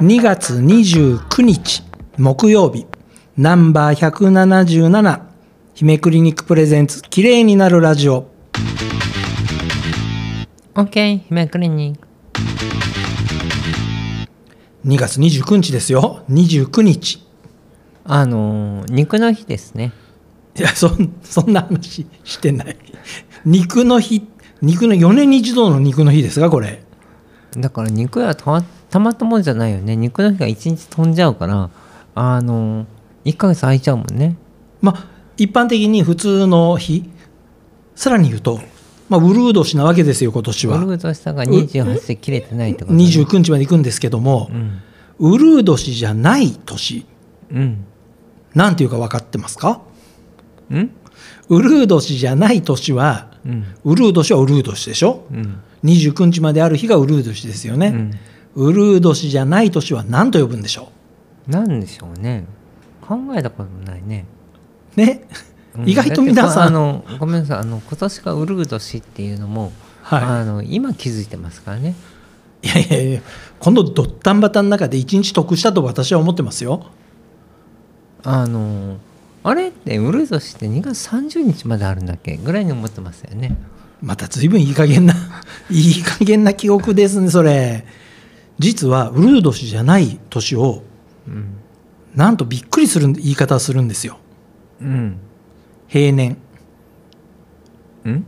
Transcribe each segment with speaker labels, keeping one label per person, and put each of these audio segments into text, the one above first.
Speaker 1: 2月29日木曜日ナンバー177姫クリニックプレゼンツ綺麗になるラジオ
Speaker 2: OK 姫クリニック
Speaker 1: 2月29日ですよ29日
Speaker 2: あのー肉の日ですね
Speaker 1: いやそんそんな話してない肉の日肉の4年に一度の肉の日ですかこれ
Speaker 2: だから肉はたまたまったもんじゃないよね肉の日が一日飛んじゃうからあの1ヶ月空いちゃうもんね
Speaker 1: まあ一般的に普通の日さらに言うと、まあ、ウルー年なわけですよ今年
Speaker 2: ウル
Speaker 1: は
Speaker 2: グとしたが28で切れてないってことね
Speaker 1: 29日まで行くんですけども
Speaker 2: う、ん
Speaker 1: ウルー年じゃない年
Speaker 2: うん
Speaker 1: なんていうか分かってますか
Speaker 2: うん
Speaker 1: ウルー年じゃない年は
Speaker 2: うん
Speaker 1: ウルー年はウルー年でしょ
Speaker 2: うん
Speaker 1: 29日まである日がウルー年ですよ
Speaker 2: う
Speaker 1: ね、
Speaker 2: ん
Speaker 1: ウルー年じゃない年は何と呼ぶんでしょ
Speaker 2: なんでしょうね考えたこともないね
Speaker 1: うね、
Speaker 2: うん
Speaker 1: 意外と皆さん
Speaker 2: だってあのごめんなさいあの今年がウルグ年っていうのも、
Speaker 1: はい
Speaker 2: あの今気づいてますからね
Speaker 1: いやいやいやこのドッタンバタンの中で一日得したと私は思ってますよ
Speaker 2: あのあれってウルグ年って2月30日まであるんだっけぐらいに思ってますよね
Speaker 1: また随分いい加減な いい加減な記憶ですねそれ実はウルー年じゃない年を
Speaker 2: うん
Speaker 1: なんとびっくりする言い方をするんですよ
Speaker 2: うん
Speaker 1: 平年
Speaker 2: うん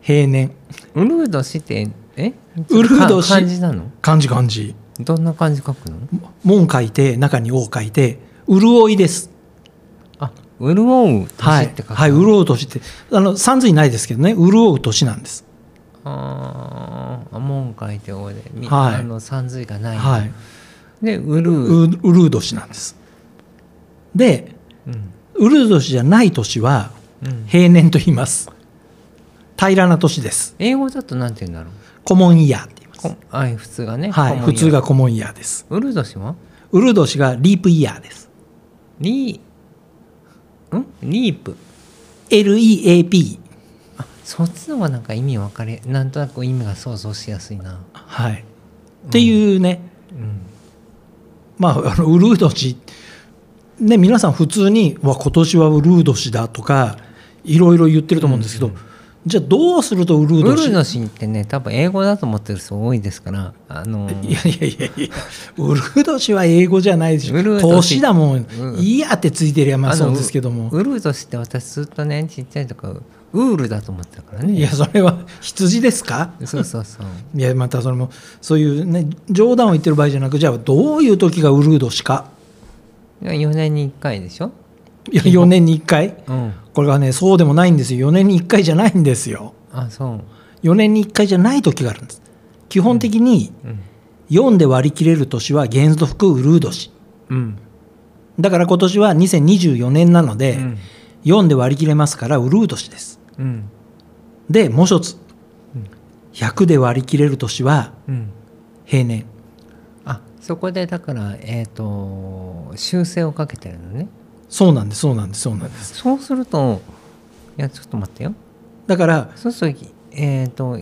Speaker 1: 平年
Speaker 2: ウルード氏ってえ
Speaker 1: ウルード氏
Speaker 2: か漢字なの
Speaker 1: 漢字漢字
Speaker 2: どんな漢字書くの
Speaker 1: 門書いて中に「王」書いて「潤い」です
Speaker 2: あ潤う
Speaker 1: はい
Speaker 2: 年って書、くの
Speaker 1: はい、潤う年ってあの三髄ないですけどね潤う年なんです
Speaker 2: あー門書いておで、み
Speaker 1: はい
Speaker 2: あの三髄がない、
Speaker 1: はい
Speaker 2: でウル
Speaker 1: う
Speaker 2: ー、
Speaker 1: うるう年なんですで
Speaker 2: うん
Speaker 1: うるう年じゃない年は
Speaker 2: うん
Speaker 1: 平年と言います平らな年です
Speaker 2: 英語だとなんて言うんだろう
Speaker 1: コモンイヤーって言います
Speaker 2: こあ普通がね、
Speaker 1: は
Speaker 2: コ
Speaker 1: い
Speaker 2: モン
Speaker 1: 普
Speaker 2: や
Speaker 1: 通がコモンイヤーです
Speaker 2: ウルード氏は
Speaker 1: うるう年がリープイヤーです
Speaker 2: リーんリープ
Speaker 1: LEAP
Speaker 2: あそっちの方がなんか意味分かれなんとなく意味が想像しやすいな
Speaker 1: はいっていうね、
Speaker 2: うん
Speaker 1: まあ、あのウルー年、ね、皆さん普通に「わ今年はウルー年だ」とかいろいろ言ってると思うんですけど、じゃあどうするとウルー
Speaker 2: ウ
Speaker 1: 年
Speaker 2: ルのシーンってね多分英語だと思ってる人多いですからあのー
Speaker 1: いやいやいやいやウルー年は英語じゃないでしょ
Speaker 2: ウルー年
Speaker 1: 年だもん「
Speaker 2: うん
Speaker 1: いや」ってついてりゃまあ
Speaker 2: の
Speaker 1: そうですけども
Speaker 2: ウウルード氏って私ずっとねちっちゃいとかウールだと思ってたからね
Speaker 1: いやそれは羊ですか
Speaker 2: そうそうそう
Speaker 1: いやまたそれもそういうね冗談を言ってる場合じゃなくじゃあどういう時がウルー年か
Speaker 2: 4年に1回でしょ
Speaker 1: いや4年に1回
Speaker 2: うん
Speaker 1: これがねそうでもないんですよ4年に1回じゃないんですよ。
Speaker 2: あそう
Speaker 1: 4年に1回じゃない時があるんです基本的に
Speaker 2: うん
Speaker 1: 4で割り切れる年は原則ウルー年
Speaker 2: うん
Speaker 1: だから今年は2024年なの
Speaker 2: う
Speaker 1: で、
Speaker 2: ん
Speaker 1: 4で割り切れますからウルー年です
Speaker 2: うん
Speaker 1: でもう一つ
Speaker 2: うん
Speaker 1: 100で割り切れる年は
Speaker 2: うん
Speaker 1: 平年
Speaker 2: あそこでだからえっ、と修正をかけてるのね
Speaker 1: そうなんですそうなんですそうなんです
Speaker 2: そうするといやちょっと待ってよ
Speaker 1: だから
Speaker 2: そうするとえっ、と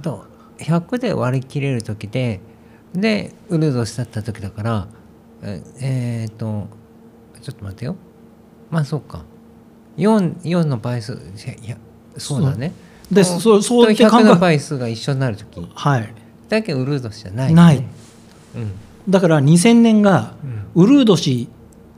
Speaker 2: と100で割り切れる時ででウルドしだった時だからえっ、えーとちょっと待ってよまあそうか 4, 4の倍数いやいやそうだね
Speaker 1: で
Speaker 2: こ
Speaker 1: そうそうって
Speaker 2: と
Speaker 1: 考
Speaker 2: 100の
Speaker 1: え
Speaker 2: 倍数が一緒になる時
Speaker 1: はい
Speaker 2: だけどウルドしじゃない、
Speaker 1: ない
Speaker 2: うん
Speaker 1: だから2000年が
Speaker 2: うん
Speaker 1: ウルー年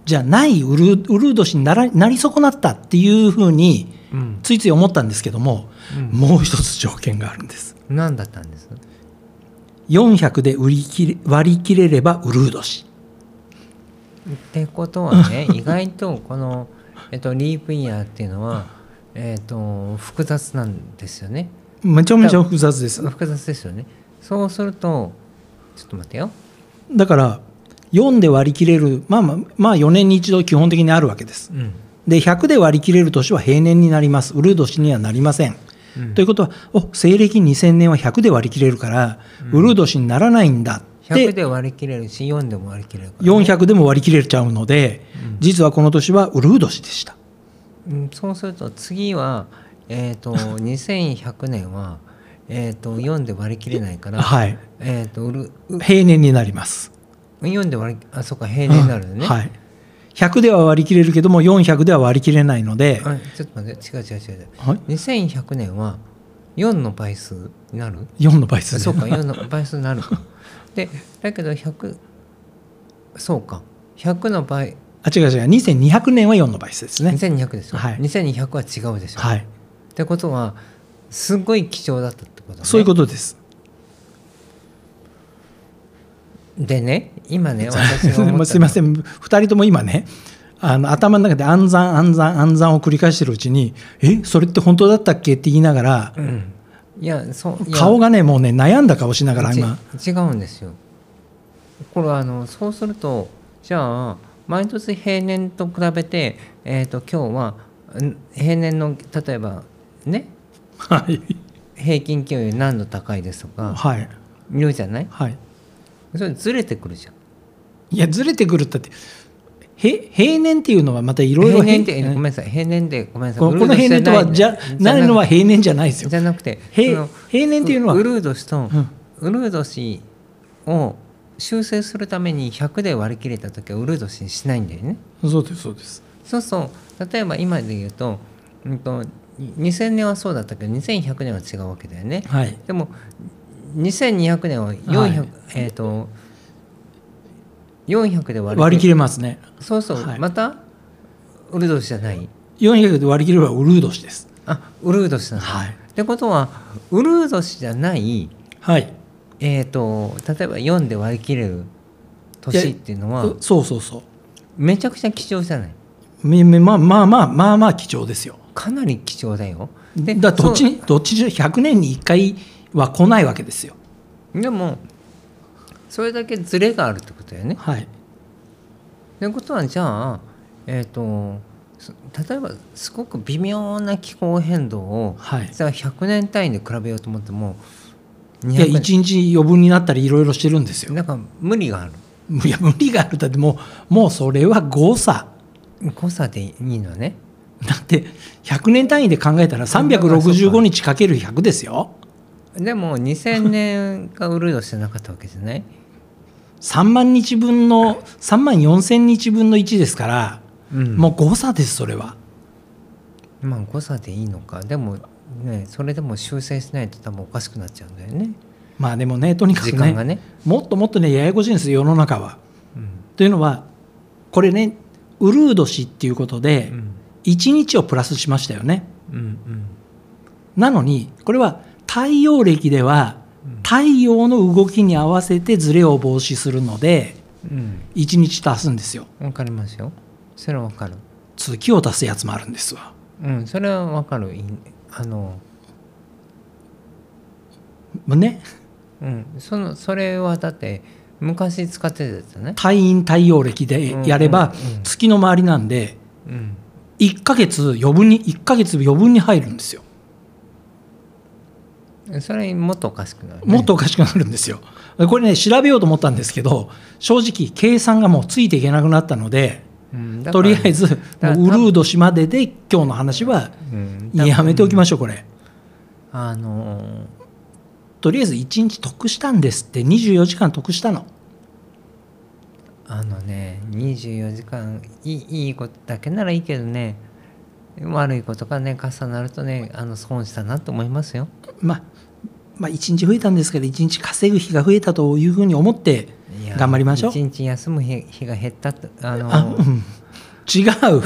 Speaker 1: じゃないウルウルー年にならなり損なったっていうふうに
Speaker 2: うん
Speaker 1: ついつい思ったんですけども、
Speaker 2: うん
Speaker 1: もう一つ条件があるんです
Speaker 2: 何だったんです
Speaker 1: 400で売り切れ割り切れればウルー年
Speaker 2: ってことは ね意外とこの、えっと、リープイヤーっていうのは、えっと、複雑なんですよね
Speaker 1: めちゃめちゃ複雑です
Speaker 2: 複雑ですよねそうするとちょっと待ってよ
Speaker 1: だから4で割り切れるまあまあまあ4年に一度基本的にあるわけです
Speaker 2: うん
Speaker 1: で100で割り切れる年は平年になりますウルー年にはなりません、
Speaker 2: うん
Speaker 1: ということはお西暦2000年は100で割り切れるから、ウルー年にならないんだって
Speaker 2: 100で割り切れるし4でも割り切れるから、ね
Speaker 1: 400でも割り切れちゃうので、実はこの年はウルー年でした
Speaker 2: うん、そうすると次はえっと2100年はえー、と4で割り切れないから、
Speaker 1: はい、
Speaker 2: えー、とうるう
Speaker 1: 平年になります。
Speaker 2: 4で割りあそうか平年になるのね、
Speaker 1: はい、100では割り切れるけども400では割り切れないので、
Speaker 2: あちょっと待って違う違う違う違う
Speaker 1: はい、
Speaker 2: 2100年は4の倍数になる
Speaker 1: 4の倍数
Speaker 2: あ
Speaker 1: で
Speaker 2: そうか4の倍数にな るかでだけど100そうか100の倍
Speaker 1: あ違う違う2200年は4の倍数ですね。
Speaker 2: 2200ですよ、
Speaker 1: はい
Speaker 2: 2200は違うでしょ、
Speaker 1: はい、
Speaker 2: ってことはすごい貴重だったってことね
Speaker 1: そういうことです。
Speaker 2: でね 今ね私が思った
Speaker 1: すいませ
Speaker 2: ん
Speaker 1: ん2人とも今ねあの頭の中で暗算暗算暗算を繰り返してるうちに「えそれって本当だったっけ?」って言いながら
Speaker 2: うんいやそういや
Speaker 1: 顔がねもうね悩んだ顔しながら今
Speaker 2: ち違うんですよこれはあのそうするとじゃあ毎年平年と比べて、えー、と今日はん平年の例えばね
Speaker 1: はい
Speaker 2: 平均気温より何度高いですとか
Speaker 1: はい
Speaker 2: 言うじゃない
Speaker 1: はい
Speaker 2: それずれてくるじゃん
Speaker 1: いやずれてくるったってへ平年っていうのはまたいろいろ
Speaker 2: 平年ってごめんなさい平年でごめんなさい
Speaker 1: このこの平年とはじゃないのは平年じゃないです よ
Speaker 2: じゃなくて
Speaker 1: へ
Speaker 2: その
Speaker 1: 平年っていうのは
Speaker 2: ウルード氏と、
Speaker 1: うん
Speaker 2: ウルード氏を修正するために100で割り切れた時はウルード氏にしないんだよね
Speaker 1: そうですそうです
Speaker 2: そうそう例えば今で言うと,、うん、と2000年はそうだったけど2100年は違うわけだよね
Speaker 1: はい
Speaker 2: でも2200年は400、
Speaker 1: はい
Speaker 2: えっ、と400で割り切れ
Speaker 1: 割り切れますね
Speaker 2: そうそう、
Speaker 1: はい
Speaker 2: またウルード氏じゃない
Speaker 1: 400で割り切ればウルード氏です
Speaker 2: あウルード氏なんだ、
Speaker 1: はい
Speaker 2: ってことはウルード氏じゃない
Speaker 1: はい
Speaker 2: えー、と例えば4で割り切れる年っていうのは
Speaker 1: うそうそうそう
Speaker 2: めちゃくちゃ貴重じゃない
Speaker 1: めめまあまあまあまあまあ貴重ですよ。
Speaker 2: かなり貴重だよ。で
Speaker 1: だどっち
Speaker 2: そ
Speaker 1: にどっちじゃ100年に1回は来ないわけですよ。
Speaker 2: うでもそれだけズレがあるってことだよね。
Speaker 1: はい。
Speaker 2: ということはじゃあ、えー、とそ例えばすごく微妙な気候変動を、
Speaker 1: はい。
Speaker 2: じゃあ100年単位で比べようと思っても
Speaker 1: いや
Speaker 2: 200年
Speaker 1: 1日余分になったりいろいろしてるんですよ。
Speaker 2: なんか無理がある。
Speaker 1: いや無理があるだってもうもうそれは誤差。
Speaker 2: 誤差でいいのね。
Speaker 1: だって100年単位で考えたら365日かける100ですよ。
Speaker 2: でも2000年がウルードしてなかったわけじゃない
Speaker 1: 3万日分の3万4千日分の1ですから、
Speaker 2: うん
Speaker 1: もう誤差ですそれは。
Speaker 2: まあ誤差でいいのかでもねそれでも修正しないと多分おかしくなっちゃうんだよね
Speaker 1: まあでもねとにかく
Speaker 2: 時間がね、
Speaker 1: もっともっとねややこしいんですよ世の中は。
Speaker 2: うん
Speaker 1: というのはこれねウルード氏っていうことで
Speaker 2: うん
Speaker 1: 1日をプラスしましたよね
Speaker 2: うん
Speaker 1: なのにこれは太陽暦では
Speaker 2: うん
Speaker 1: 太陽の動きに合わせてズレを防止するので
Speaker 2: うん
Speaker 1: 1日足すんですよ
Speaker 2: うんわかりますよそれはわかる
Speaker 1: 月を足すやつもあるんですわ
Speaker 2: うんそれはわかるいあの
Speaker 1: ね
Speaker 2: うんそのそれはだって昔使ってたやつだね
Speaker 1: 太陰太陽暦でやれば
Speaker 2: うんうんうん
Speaker 1: 月の周りなんで
Speaker 2: うん
Speaker 1: 1ヶ月余分に1ヶ月余分に入るんですよ
Speaker 2: それもっとおかしくなる、ね、
Speaker 1: もっとおかしくなるんですよ。これね調べようと思ったんですけど正直計算がもうついていけなくなったので
Speaker 2: うん、だか
Speaker 1: と
Speaker 2: ら
Speaker 1: りあえず
Speaker 2: だから
Speaker 1: もうウルード氏までで今日の話は
Speaker 2: うんだから
Speaker 1: やめておきましょうこれ。
Speaker 2: あの
Speaker 1: とりあえず1日得したんですって24時間得したの。
Speaker 2: あのね24時間いいいいことだけならいいけどね悪いことがね重なるとねあの損したなと思いますよ。
Speaker 1: まあまあ、1日増えたんですけど1日稼ぐ日が増えたというふうに思って
Speaker 2: いや
Speaker 1: 頑張りましょう
Speaker 2: 一日休む日日が減ったとあの
Speaker 1: あ、うん、違う